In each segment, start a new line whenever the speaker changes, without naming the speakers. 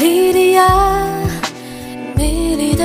莉莉娅，迷离的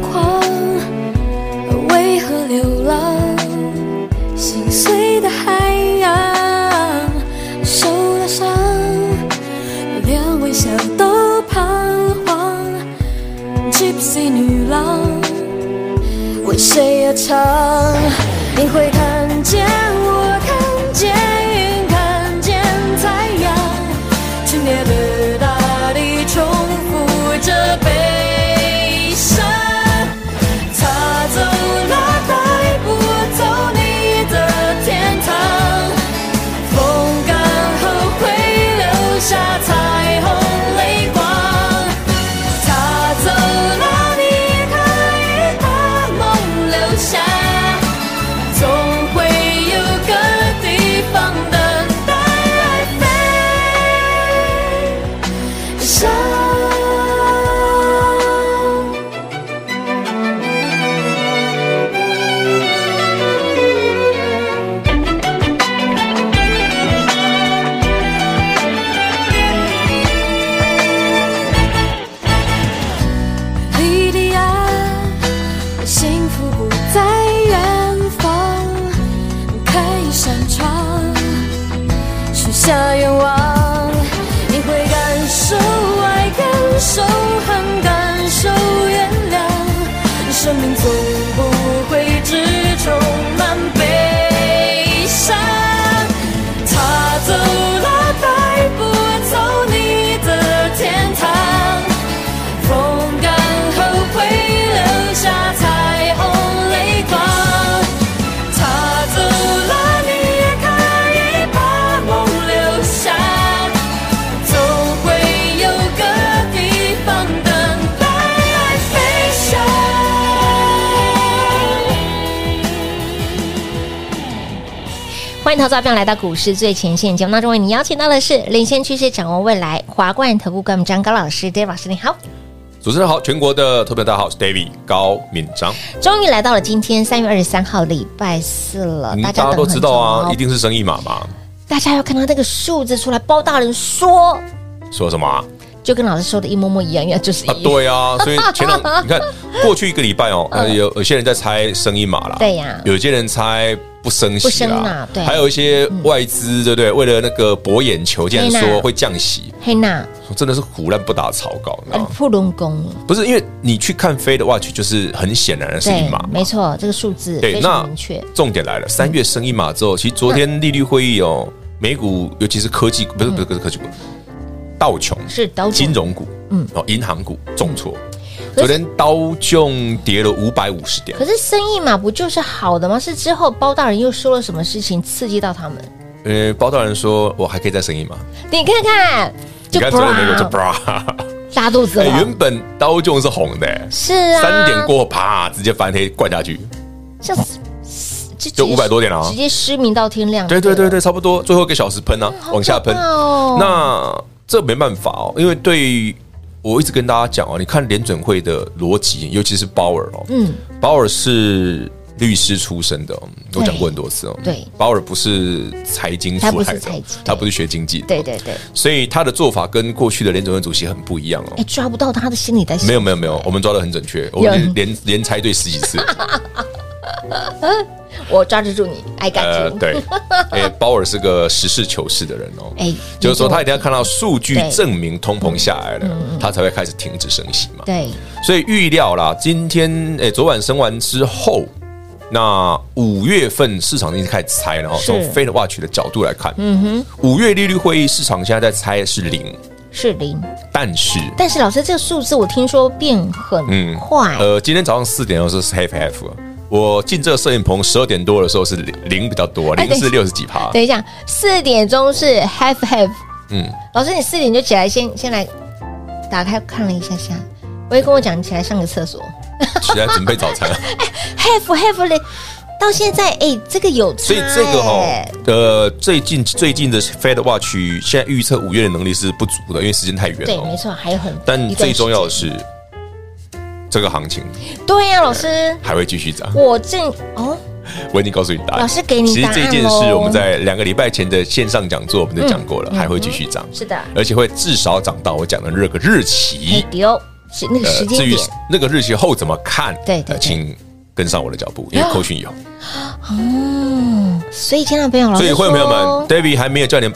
眶，为何流浪？心碎的海洋，受了伤，连微笑都彷徨。Gypsy 女郎，为谁而唱？你会看见我，看见云，看见太阳，炽烈的大地重复着悲伤。他走了，带不走你的天堂。风干后会留下彩虹泪光。他走了，你可以把梦留下，总会有个地方等待爱飞翔。莉莉娅，幸福不在远方，开一扇窗，许下愿望，你会感受爱，感受恨，感受原谅，生命总不会只充满悲伤。他走了，带不走你的天堂。风干后会留下彩虹泪光。他走了，你也可以把梦留下，总会有个地方等待爱飞翔。
欢迎投资者朋友来到股市最前线节目当中，为你邀请到的是领先趋势、掌握未来华冠投顾官张高老师，David 老师，你好。
主持人好，全国的投票大家好，我是 David 高敏章。
终于来到了今天三月二十三号礼拜四了，
嗯
大
大
家
家
等
都
很
知
久
道啊，
哦
一定是生意码嘛。
大家要看到那个数字出来，包大人说，
说什么啊？
就跟老师说的一模模一样，原来就是一
啊
样。
对啊，所以前两你看过去一个礼拜 哦，呃有有些人在猜生意码啦，
嗯对呀
有些人猜不升
不
息
升
啦
啊，对
还有一些外资对不对？为了那个博眼球，竟然
对啦
说会降息，
黑娜，
真的是胡乱不打草稿，你知
呃
道吗？
普龙宫，
不是因为你去看飞的 watch 就是很显然的是一
对
码，，
没错，这个数字
对，
非
那
常明确。嗯
重点来了，三月升一码之后，其实昨天利率会议哦，美股尤其是科技股，不是不是不是科技股，道琼
是嗯道琼
金融股，
嗯
嗯，哦，银行股重挫。
可是
昨天刀琼跌了五百五十点
可，是生意嘛，不就是好的吗？是之后包大人又说了什么事情刺激到他们？
呃，包大人说我还可以再升一码，
你看看，
你
就
看昨天美股就
bra
bra，
拉肚子
哎
了，
原本刀琼是红的，
是啊，
三点过后啪直接翻黑灌下去，
像死就
就
直接
500多点了啊
直接失明到天亮。
对对对对，差不多，最后一个小时喷啊，
啊好可怕哦，
往下喷。那这没办法哦，因为对我一直跟大家讲哦，你看联准会的逻辑，尤其是鲍尔哦，
嗯，
鲍尔是律师出身的、哦，我讲过很多次哦，
对
鲍尔不是财经
他
出
不是
来的
财
哦
经，
他不是学经济的，
对，对对，
所以他的做法跟过去的联准会主席很不一样哦
哎，。抓不到他的心里在想
没有没有没有，我们抓的很准确，我
有
们连连连猜对 十几次。呃
我抓得住你，I got
呃，
you。
对，哎、鲍尔是个实事求是的人哦，
哎
就是说他一定要
没错嗯
看到数据
对
证明通膨下来了，他才会开始停止升息嘛。
对，
所以预料啦，今天哎、昨晚升完之后，那五月份市场已经开始猜了哦。
是
从 Fed Watch 的角度来看，嗯哼，五月利率会议市场现在在猜是零，
是零。
但是
但是老师，这个数字我听说变很
嗯
快，
呃，今天早上四点的时候是 half half，我进这个摄影棚十二点多的时候是零零比较多，
哎
零
等一下
是六十几趴
等。一下，四点钟是 half half。
嗯，
老师，你四点就起来，先先来打开看了一下下。我也跟我讲，你起来上个厕所。
起来准备早餐。
half half 嘞，到现在哎、这个有差、
所以这个哈
哎，
呃，最近最近的 Fed Watch 现在预测五月的能力是不足的，因为时间太远
对，没
了。
错，还有很
但
一段
最重要的哎
时
是，这个行情
间对呀、老师，
还会继续涨。
我正哦，
我已经告诉你答案，
老师给你
其实
答案
这件事
喽嗯
我们在两个礼拜前的线上讲座我们就讲过了，还会继续涨，
是的，
而且会至少涨到我讲的那个日
哎
期。
丢是那个时间
呃至于
点
那个日期后怎么看，
对对
呃
对
请跟上我的脚步，因为扣讯有。
哦，所以亲爱的朋友，老师
所以，
说
会员朋友们，David 还没有叫你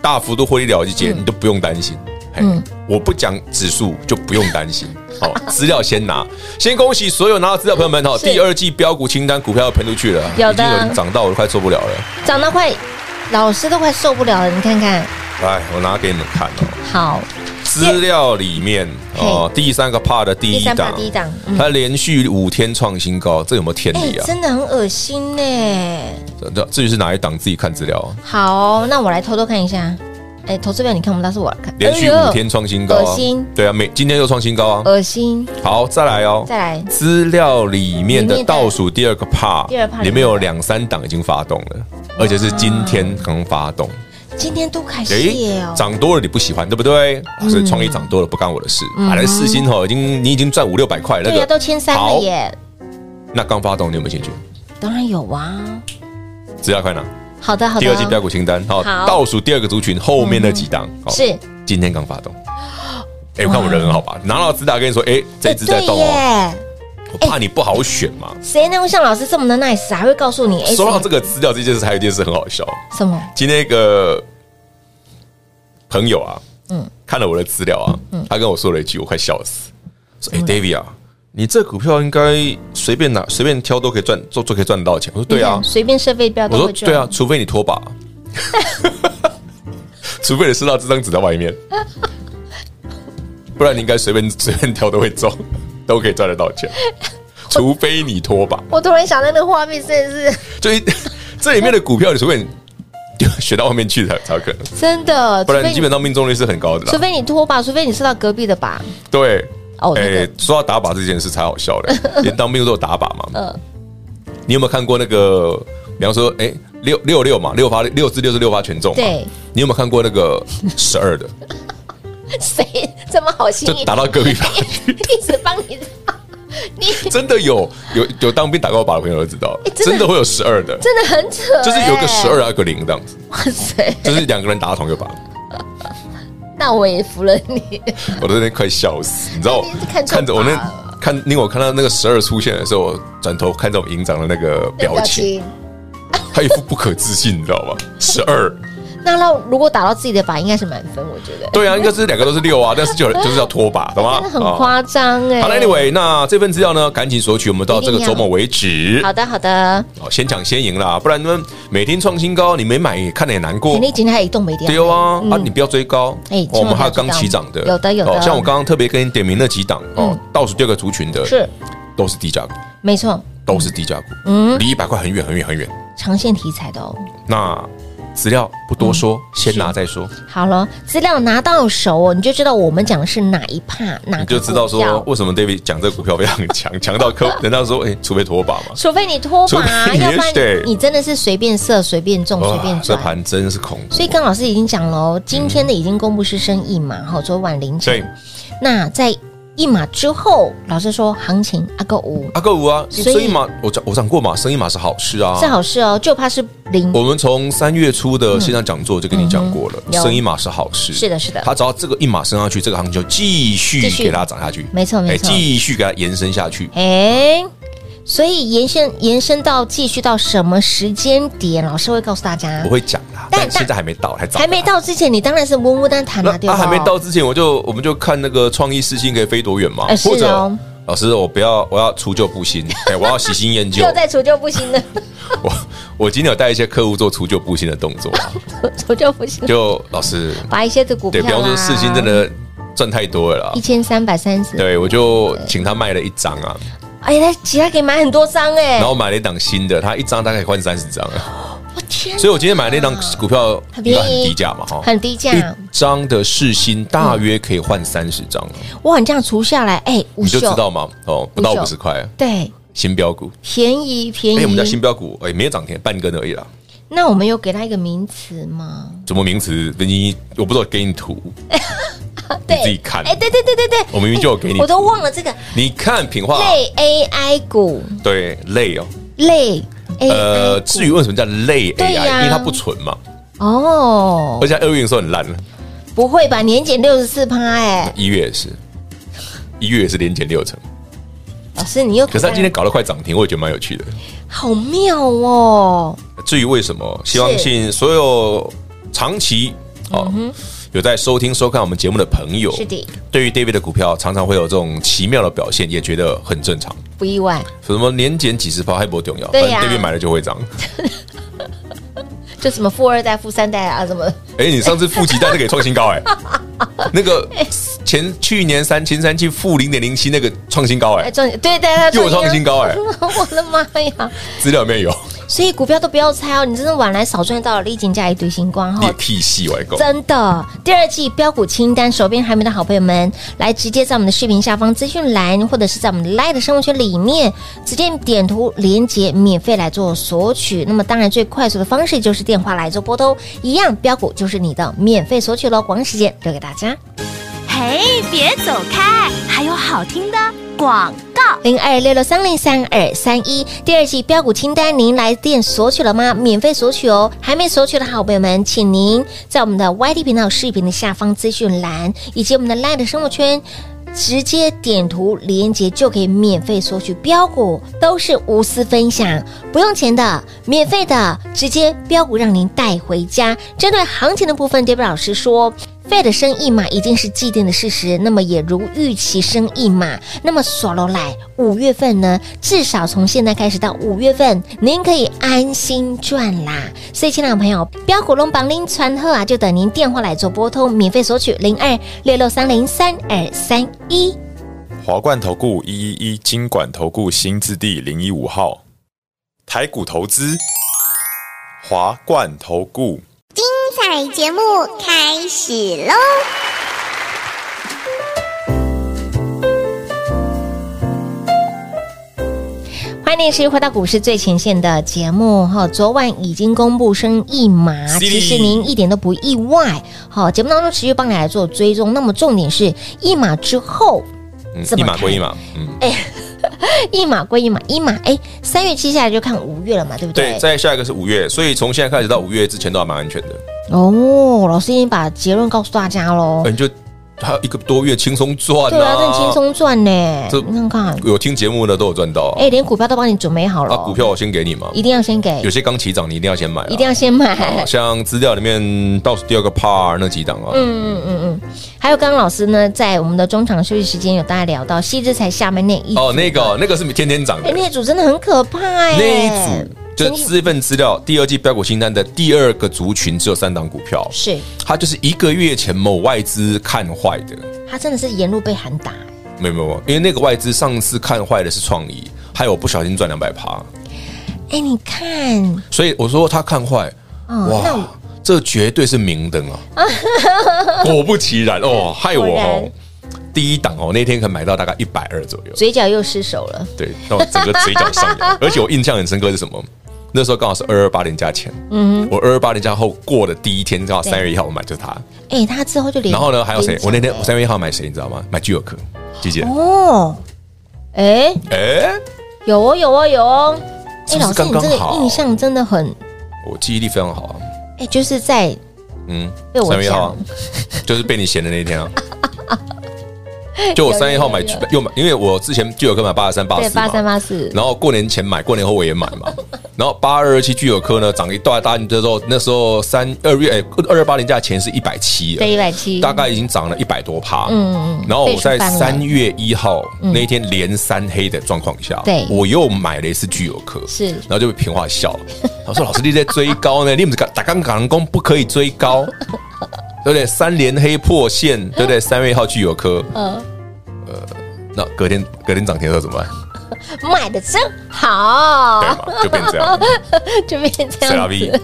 大幅度获利了结，你都不用担心。嘿
嗯
我不讲指数就不用担 心。好，资料先拿，先恭喜所有拿到资料的朋友们哦！
是
第二季标股清单股票要喷出去了，
有的
已经有人涨到我快受不了了。
长得快，老师都快受不了了，你看看，
来，哎我拿给你们看哦。
好，
资料里面哦，第三个 part 的第
第
一
三把
档，
第一档，嗯，
它连续五天创新高，这有没有天
哎
理，啊？
真的很恶心呢。
这这至于是哪一档，自己看资料啊。
好，哦那我来偷偷看一下，哎，投资表你看不到，是我来看，
连续
哎呦
五天创新高
恶
啊
心！
对啊，每今天又创新高啊！
恶心，
好，再来哦。
再来
资料里面的倒数第二个 part，
第二 part
里面有两三档已经发动了，而且是今天刚发动。
今天杜凯西
诶
耶哦，嗯
涨多了你不喜欢，对不对？哦所以创意涨多了不干我的事。买来四星吼，已经你已经赚五六百块那
对呀，啊
个，
都千三了
好
耶，
那刚发动你有没有兴趣？
当然有啊。
资料快拿，
好的，好的，
第二季标股清单，好，
好嗯
倒数第二个族群后面那几档，好
是
今天刚发动。哎，我看我人很好吧？拿到资料跟你说，哎，这只在
哎对
动哦，
耶。
我怕你不好选嘛。
谁能够像老师这么的 nice，还会告诉你？哎，
说到
什
这个资料这件事，还有一件事很好笑。
么什么？
今天一个朋友啊，
嗯
嗯，看了我的资料啊，他跟我说了一句，我快笑死，说：“哎、
嗯
d a v i d 啊，你这股票应该随便拿、随便挑都可以赚，都都可以赚得到钱。”我说：“对啊
你看，随便设备标
我
都
说
会赚。
对啊，，除非你 拖把，除非你收到这张纸在外面，不然你应该随便随便挑都会中， 都可以赚得到钱，除非你拖把。”
我突然想到那个画面，真的是
就一 这里面的股票，你除非你学到外面去才才有可能，
真的，
不
除
然
非
你基本上命中率是很高的
除
啦。
非你拖把，除非你是到隔壁的吧。
对，哎
哦那个
说到打靶这件事才好笑 嘞，连当兵都有打靶嘛。
嗯
你有没有看过那个，比方说，哎，六六六嘛，六发六至六十六发全中嘛。
对，
你有没有看过那个十二 的，
谁 这么好心
就
一
打到隔壁靶去？
一直帮你？ 你
真的有有有当兵打过靶的朋友都知道
哎，真的
真的会有十二的，
真的很扯，
就是有个
哎
十。二，啊有个零这样子，
哇塞，
就是两个人打同一个靶。
那我也服了你。
我在那边快笑死，你知道
你看，错
看着我那
吧
看，因为我看到那个十二出现的时候，我转头看这种营长的那个 表情，，他一副不可置信，你知道吗？十二，
那那如果打到自己的靶，应该是满分，我觉得。
对啊，应该是两个都是六啊，但是就就是要拖把，懂吗？
真的很
啊。
夸张哎。
好了，Anyway，那这份资料呢，赶紧索取，我们到这个周末为止。
好的，好的，
好，先抢先赢啦，不然你们每天创新高，你没买看了也难过
肯。定今天还有一栋没掉。
丢啊啊！你不要追高，
哎
哦
千
我们
万不
还
要
有刚
追高
起涨的，
有的有的
哦像我刚刚特别跟你点名那几档哦，倒数第二个族群的，
是
都是低价股。
没错，
都是低价股，
嗯
离一百块很远很远很远。
长线题材的哦。
那资料不多
嗯
说，先拿再说，
好了，资料拿到手哦，你就知道我们讲的是哪一帕，哪个
你就知道
股
说
票
为什么 David 讲这个股票非常强， 强到客人家说，哎，除非拖把嘛。
除非你拖
除非
把，
你
要不然
对
你真的是随便射、随便中、哦随便
哇这
赚。
盘嗯真是恐怖。
所以刚老师已经讲了哦，今天的已经公布是生意嘛，好，昨晚凌
所以
晨。那在一码之后，老师说行情啊个五
阿哥五啊，
所以
生意码我讲我讲过嘛，生意码是好事啊
是。好事哦，就怕是零。
我们从三月初的线上讲座就跟你讲过了
嗯，哼有
生意码是好事。
是的，是的，
它只要这个一码升上去，这个行情就继续
继续
给它涨下去，
没错没
哎
错
继续给它延伸下去。
哎，所以延伸延伸到继续到什么时间点，老师会告诉大家
我。会讲啦，
但
但现在还没到，还早，
还没。到之前，你当然是温温单谈
那
啊，对
他
吧？
还没到之前，我就我们就看那个创意四星可以飞多远嘛？
哎是哦
或者老师，我不要，我要除旧 布新，哎，我要喜新厌旧
又。在除旧不行了，
我我今天有带一些客户做除旧布新的动作 啊，
除旧不行了，
就老师
把一些的股票啊
对，比方说四星真的赚太多了啦
一，千三百三十，
对我就请他卖了一张啊，
哎呀，他其他可以买很多张哎、
然后买了一档新的，它一张大概换三十张啊，
我天哪，
所以我今天买那档股票
啊很便宜
应该很低价嘛哈，嗯
很低价
一张的市新大约可以换三十张，啊
哇，你这样除下来，哎、五
你就知
秀，
道嘛哦，不到
不秀
五十块
对，
新标股，
便宜便宜。
哎，我们家新标股哎没有涨停，半根而已啦。
那我们有给他一个名词吗？
什么名词？你我不知道，给你图，你自己看
哎、。对对对对对，哎
我明明就有给你啊
我都忘了这个
你看品化
类 AI 股，
对类哦，
类 AI 股。
呃，至于为什么叫类
对
AI，
呀
因为它不纯嘛，
哦
而，且它二月的时候很烂，
不会吧？年减六十四趴哎，
一月也是，一月也是连减六成，
老师你又
可是它今天搞得快涨停，我也觉得蛮有趣的。
好妙哦，
至于为什么，希望信所有长期哦有在收听收看我们节目的朋友，
嗯是的，
对于 David 的股票常常会有这种奇妙的表现，也觉得很正常。
不意外，
什么年减几十趴还不重要，
对
反正
呀
David 买了就会涨。
就什么富二代、富三代啊，什么
哎，你上次负极蛋那个也创 新高哎，那个
哎
前去年三前三季负零点零七那个创新高
哎
哎，
赚对对对，
又创新高哎，
我的妈呀！
资料里面有，
所以股票都不要猜哦，你真的晚来少赚到了，立井加一堆星光
你
哈
也。屁戏外购，
真的，第二季标股清单，手边还没的好朋友们，来直接在我们的视频下方资讯栏，或者是在我们的 Live 的生活圈里面，直接点图连接，免费来做索取。那么当然最快速的方式就是电话来做拨通，一样标股就是你的免费索取喽。广告时间留给大家。
嘿，别走开，还有好听的广告。
零二六六三零三二三一第二季标股清单，您来电索取了吗？免费索取哦！还没索取的好朋友们，请您在我们的 YT 频道视频的下方资讯栏，以及我们的 Line 的生活圈。直接点图连接就可以免费索取标股，都是无私分享，不用钱的，免费的，直接标股让您带回家。针对行情的部分，David 老师说。费的升一码已经是既定的事实，那么也如预期升一码。那么索罗来五月份呢，至少从现在开始到五月份，您可以安心赚啦。所以，亲爱的朋友，标股龙榜拎传贺啊，就等您电话来做拨通，免费索取零二六六三零三二三一。
华冠投顾一一一金管投顾新字第零一五号，台股投资，华冠投顾。
彩节目开始喽！
欢迎是回到股市最前线的节目哈、昨晚已经公布升一码，
CD
其实您一点都不意外。好、节目当中持续帮你来做追踪，那么重点是一码之后。
嗯
怎
一
么哎
码
看
归一码，嗯，
一码归一码，一码哎，三月接下来就看五月了嘛，对不对？
对，再下一个是五月，所以从现在开始到五月之前都还蛮安全的，
哦，老师已经把结论告诉大家喽
呃。你就还有一个多月轻松赚
对啊，那轻。松赚呢，
这
你看看，
有听节目的都有赚到啊，
哎，连股票都帮你准备好了，
啊，股票我先给你嘛，
一定要先给
有，些刚起涨你一定要先买啊，
一定要先
啊
买。
像资料里面倒数第二个 part 那几档啊，
嗯嗯嗯嗯，还有刚刚老师呢，在我们的中场休息时间有大家聊到西之才下面那一组
哦，那个哦那个是天天涨
哎
的
那一组真的很可怕哎，
那一组。就是这份资料，第二季标股清单的第二个族群只有三档股票，
是
它就是一个月前某外资看坏的，
他真的是沿路被喊打，
没有没有，没有因为那个外资上次看坏的是创意，还有不小心赚两百趴，
哎，你看，
所以我说他看坏，嗯
哦，那
哇，这绝对是明灯 啊！果不其然哦，害我哦，第一档哦，那天可能买到大概一百二左右，
嘴角又失手了，
对，让我整个嘴角上 扬。而且我印象很深刻是什么？那时候刚好是二二八年假前，嗯，我二二八年假后过的第一天，刚好三月一号我买就是它。
哎，他之后就连
然后呢，还有谁
连？
我那天
涨哎
我三月一号买谁？你知道吗？买聚友科，记姐。
哦，哎，
哎，
有哦，有哦，有哦。
是不是刚
你
刚
这个
好
印象真的很，
我记忆力非常好啊，
哎，就是在
嗯
被，我
三月一号啊就是被你闲的那一天 啊。就我三月一号买聚又买，因为我之前聚友科买八十三、八
对
十四
八
嘛，
三八四，
然后过年前买，过年后我也买嘛。 然后八二二七具有科呢涨一段，大家知道那时候三二月哎二二八年假前是一百七，啊
对一百七，
大概已经涨了一百多趴。
嗯嗯
然后我在
倍数翻了
三月一号那一天连三黑的状况下，
对
我又买了一次具有科，
是
然后就被平话笑 了。他说：“老师你在追高呢，你们打刚港工不可以追 高，对不对？三连黑破线，对不对？三月一号具有科，呃
嗯
那隔天隔天涨停的时候怎么办？
卖的真好
对，嘛，就变 这样。
就变哦这
塞拉
样
V
子。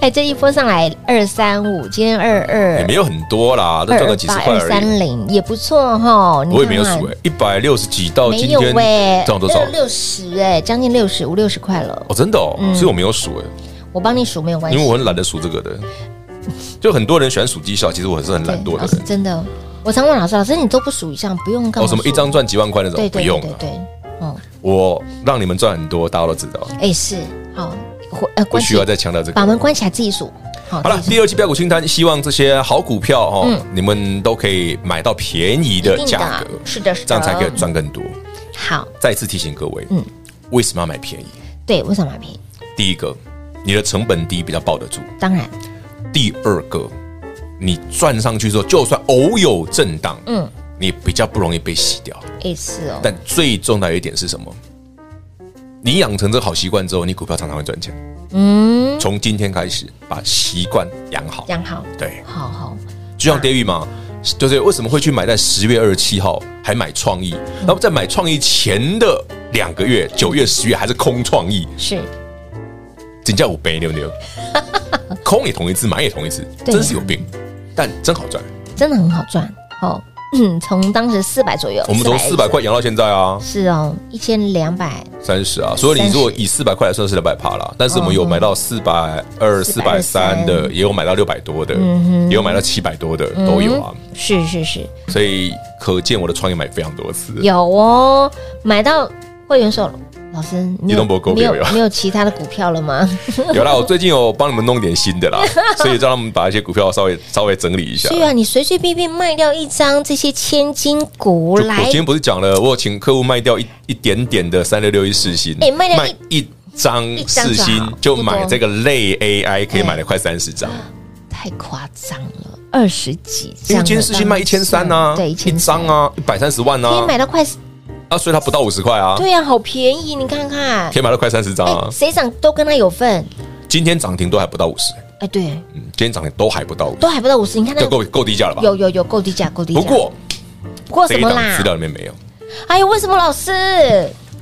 哎，这一波上来二三五，今天二
也
二
哎没有很多啦，都
二
赚
二
个几十
八
块
二
而已。
三零也不错哈。你
我也没有
看
数哎，一百六十几到
没
今
有
天
哎，
涨多少？
六十哎，将近六十五六十块了。
哦，真的哦，所以我没有数哎，
嗯我帮你数没有关系，
因为我很懒得数这个的。就很多人喜欢数绩效，其实我是很
对
懒惰的
老师哦
人。
真的。我常问老师，老师你都不数一项，不用干
哦，
嘛？
什么一张？赚几万块那种
对，
不
对
用
对对
啊。
对，嗯，
我让你们赚很多，大家都知道，
哎是好，回呃
不
关
需
起
要再强调这个
把。门关起来自己数。好
好了，
自己数
第二期标股清单，希望这些好股票哦，你们都可以买到便宜的
嗯一定
价格，
是的，是的，啊嗯
这样才可以赚更多。
好。
再次提醒各位，
嗯
为什么要买便宜？
对，为什么买便宜？
第一个，你的成本低，比较抱得住；
当然，
第二个，你赚上去之后，就算偶有震荡，
嗯，
你比较不容易被洗掉。
也是哦，
但最重要一点是什么？你养成这好习惯之后，你股票常常会赚钱。
嗯，
从今天开始，把习惯养好。
讲好，
对，
好好，
就像 David 嘛，就是为什么会去买在十月二十七号还买创意，
嗯
然后在买创意前的两个月，九月、十月还是空创意，
是
金价五倍六 六，空也同一次，买也同一次，
对啊
真是有病，但真好赚。
真的很好赚哦。嗯，从当时四百左右，
我们从四百块养到现在啊，
是哦，一千两百
三十啊，所以你如果以四百块来算是两百趴啦，但是我们有买到四百二、四百三的，也有买到六百多的，
嗯
也有买到七百多的，都有啊。
是是是，
所以可见我的创业买非常多次，
有哦，买到会员手。老师，你
移
有
动博购
没有
没有
没有其他的股票了 吗？
有啦，我最近有帮你们弄点 新的啦，所以让他们把一些股票稍微稍微整理一下。
对啊，你随随便便卖掉一张这些千金股
就
来
我今，天不是讲了，我有请客户卖掉一一点点的三六六一四星，
哎卖掉一
一张
张
四
就好
星就
不多
买这个类 AI，可以买了快三十张。
太夸张了，二十几张
因为
了，
今天四星卖一千三啊，
对，一千
张，啊，一百三十万
可以
啊，
买到快
啊，所以它不到五十块啊，
对呀、好便宜，你看看
可，以买到快三十张啊
哎，。谁涨都跟他有份，
今天涨停都还不到五十，
哎，对，
嗯，今天涨停都还不到五十，
都还不到五十，你看那
这够够低价了吧？
有有有够低价，够低价。
不过
不过
这
什
一
么
档
啦
资？料里面没有，
哎呦，为什么老 师？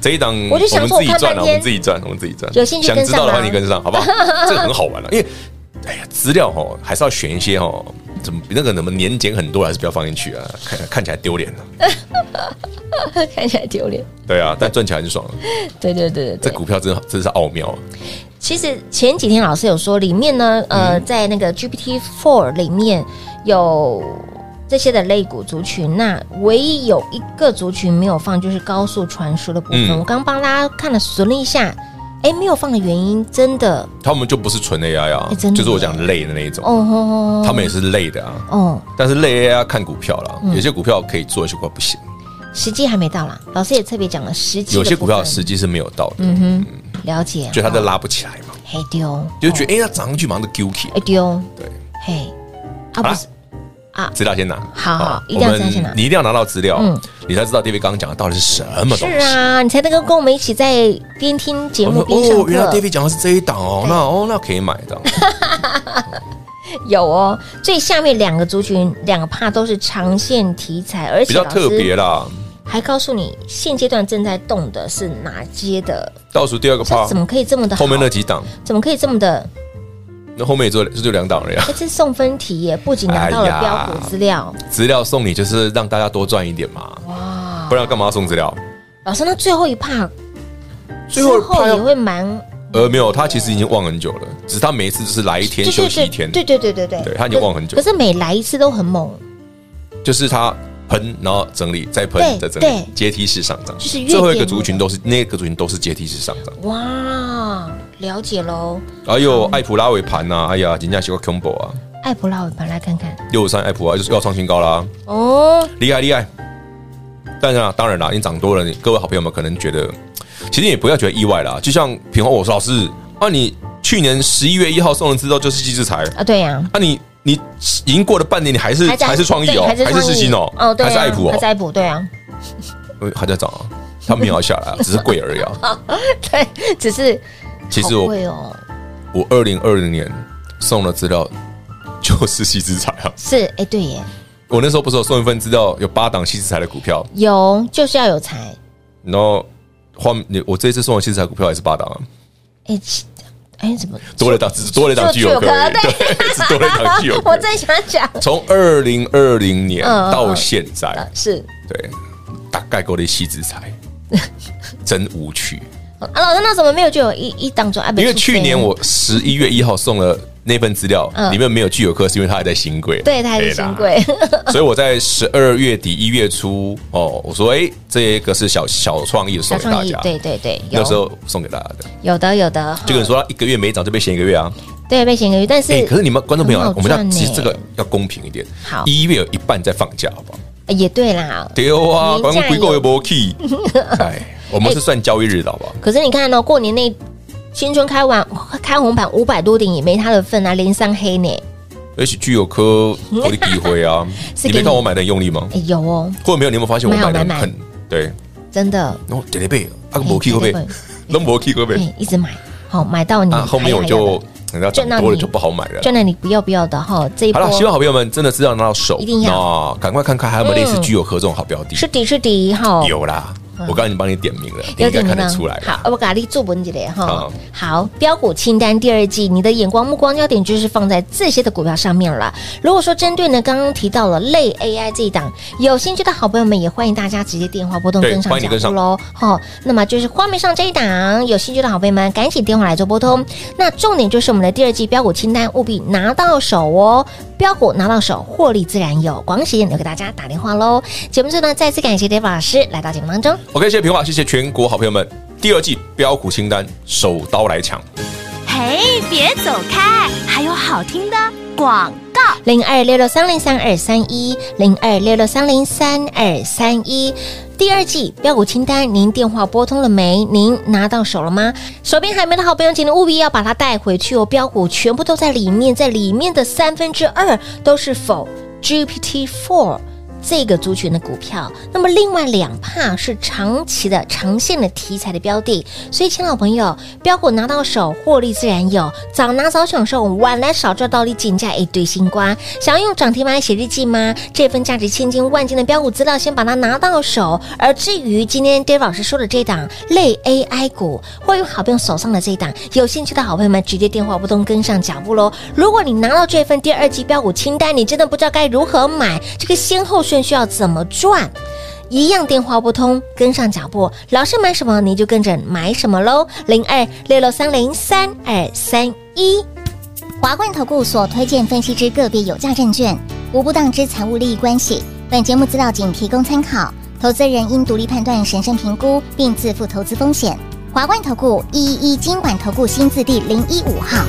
这一档
我就想说
们自
我看
己赚啊，
半
我
天
们自己赚，我们自己赚。
有兴趣
想
跟
知道的
上
话，
吗
你跟上好不好？ 这个很好玩了，因为哎呀，资料哦还是要选一些哦，怎么那个怎么年检很多，还是不要放进去啊，看看起来丢脸了。
看起来丢脸。
对啊，但赚起来很爽。
对对对
这
对对。
股票真的真是奥妙啊，
其实前几天老师有说，里面呢，呃，
嗯
在那个 GPT Four 里面有。这些的类股族群，那唯一有一个族群没有放，就是高速传输的部分。
嗯
我刚帮大家看了数了一下，哎，没有放的原因真的，
他们就不是纯 AI 啊
哎，真的
就是我讲累的那一种，
哦吼吼吼，
他们也是累的啊。
哦，
但是累 AI 要看股票啦，
嗯
有些股票可以做，有些股票不行，
时机还没到啦。老师也特别讲了时机的部分，
有些股票时机是没有到的，
嗯了解，
就它都
哦
拉不起来嘛，
黑丢，
就觉得哎，它涨上去马上就丢起。
哎丢，
对，
嘿，啊
好
不
啦
是啊，
资料先拿，
好好一
我
定要
们
资料先拿
你一定要拿到资料，
嗯
你才知道 David 刚刚讲的到底是什么
是
东西。
啊，你才能够跟我们一起在边听节
我
目
们
边上
哦，原来
课，
David 讲的是这一档哦，那哦那可以买 的，
有哦。最下面两个族群，两个怕都是长线题材，而
比
且
较
老
特别
师
啦。
还告诉你现阶段正在动的是哪些的，
倒数第二个
这
part，
怎么可以这么的好？
啊后面那几档，
怎么可以这么的？
那后面也就就两档了啊呀。
哎，这送分题耶，不仅拿到了
哎呀
标股资料，
资料送你就是让大家多赚一点嘛，
哇
不，然干嘛要送资料？
老师，那最后一怕
最后
之后
怕要
也会蛮，
呃，没有，他其实已经忘很久了，只是他每一次就是来一天
对
休
对
息
对
一天，
对对对对对，
对他已经忘很久
可是每来一次都很猛，
就是他喷，然后整理，再喷，
对
再整理
对，
阶梯式上涨。
就是越
最后一
点
个
越
族群都是那个族群都是阶梯式上涨。
哇，了解喽。
哎呦，
嗯
艾普拉尾盘呐，哎呀，人家喜欢 combo 啊，
艾普拉尾盘来看看
六三艾普啊，就是要创新高啦，
哦，
厉害厉害。但是啊，当然啦，你涨多了，你各位好朋友们可能觉得，其实也不要觉得意外啦。就像平花，我说老师啊，你去年十一月一号送人知道就是季制裁
啊，对呀、
啊你，你已经过了半年，你还是还是创意
对
哦，
还是
还是世新哦，
哦，对、啊，
还是爱普
还
哦
是，艾普，对啊，
呃还在涨啊，它没有要下 来啊，只是贵而已啊。
哦对， 只是
其实
好
我
贵哦，
我二零二零年送的资料就是西之财啊，
是哎，对耶，
我那时候不是有送一份资料，有八档西之财的股票，
有就是要有才，
然后花你我这一次送的七十台股票也是八档啊，
哎哎，怎么
多了一档，只多了一档具有
就
科，
啊对，
对， 只多了一 档具有科
我。最喜欢讲
从二零二零年
嗯嗯嗯嗯
到现在，
是
对，大概够的七十 台，真无趣。
啊，老师那怎么没有就有一一档中啊？
因为去年我十一月一号送了那份资料，
嗯
里面没有具有科，是因为它还在新贵，
对他还是新贵，
所以我在十二月底一月初，哦，我说，哎，这个是小小创意 送
小
给大
创意
家，，
对对对，有
那时候送给大家的。
有的有的，
就跟你说，他一个月没涨就被嫌一个月啊。
对被闲鱼，但是
哎，可是你们观众朋友
很
啊
好，
我们要
赚呢
其实这个要公平一点。
好
一月有一半在放假，好不好？
哎也对啦。
对啊，
年
关
假
公
有
回购又不 key。哎，我们是算交易日的，好不好？
可是你看哦，过年那新春开完开红盘五百多点也没他的份啊，连上黑呢。，
而且具有科我的机会啊
是
你
给你
没看我买的很用力吗？
哎有哦，
或者没有？你有没有发现我买
买好
的
买哎
很对？
真的，
然后点了背，啊，没 key 会不
对
会？都没 key 会不会？
哎一直买，好买到你
啊，后面我
还要
就
的
你知道涨
赚到
多了
你
就不好买了。
赚了你不要不要的哈，这一
好
波
了，希望好朋友们真的是要拿到手，
一定要
那赶快看看还有没有类似
嗯
具有科这种好标的。
是底是底哈，
有啦，我刚刚已经帮你点名了，你
有
应该
点
看得
呢
出来吧
好，我给你做文一个哈
好。
好，标股清单第二季，你的眼光目光焦点就是放在这些的股票上面了。如果说针对呢刚刚提到了类 AI 这一档，有兴趣的好朋友们也欢迎大家直接电话拨动
对
跟上
欢迎你
脚
跟
步
上
喽。好，那么就是画面上这一档，有兴趣的好朋友们赶紧电话来做拨通。那重点就是我们的第二季标股清单，务必拿到手哦。标股拿到手，获利自然有。广喜留给大家打电话喽。节目最后呢，再次感谢 d a 老师来到节目当中。
？OK，谢谢平话，谢谢全国好朋友们。第二季标股清单，手刀来抢。
嘿，别走开，还有好听的广告。
零二六六三零三二三一零二六六三零三二三一。第二季标股清单，您电话拨通了没？您拿到手了吗？手边还没的好朋友，请您务必要把它带回去哦。标股全部都在里面，在里面的三分之二都是否 GPT Four。这个族群的股票，那么另外两帕是长期的、长线的题材的标的，所以，亲老朋友，标股拿到手，获利自然有，早拿早享受，晚来少赚到底，减价一堆新瓜。想要用涨停板来写日记吗？这份价值千金万金的标股资料，先把它拿到手。而至于今天 Dave 老师说的这档类 AI 股，或用好朋友手上的这一档，有兴趣的好朋友们直接电话拨通跟上脚步喽。如果你拿到这份第二季标股清单，你真的不知道该如何买，这个先后顺序要怎么赚？一样电话不通，跟上脚步，老师买什么你就跟着买什么喽。零二六六三零三二三一。
华冠投顾所推荐分析之个别有价证券，无不当之财务利益关系。本节目资料仅提供参考，投资人应独立判断、审慎评估，并自负投资风险。华冠投顾一一一金管投顾新字第零一五号。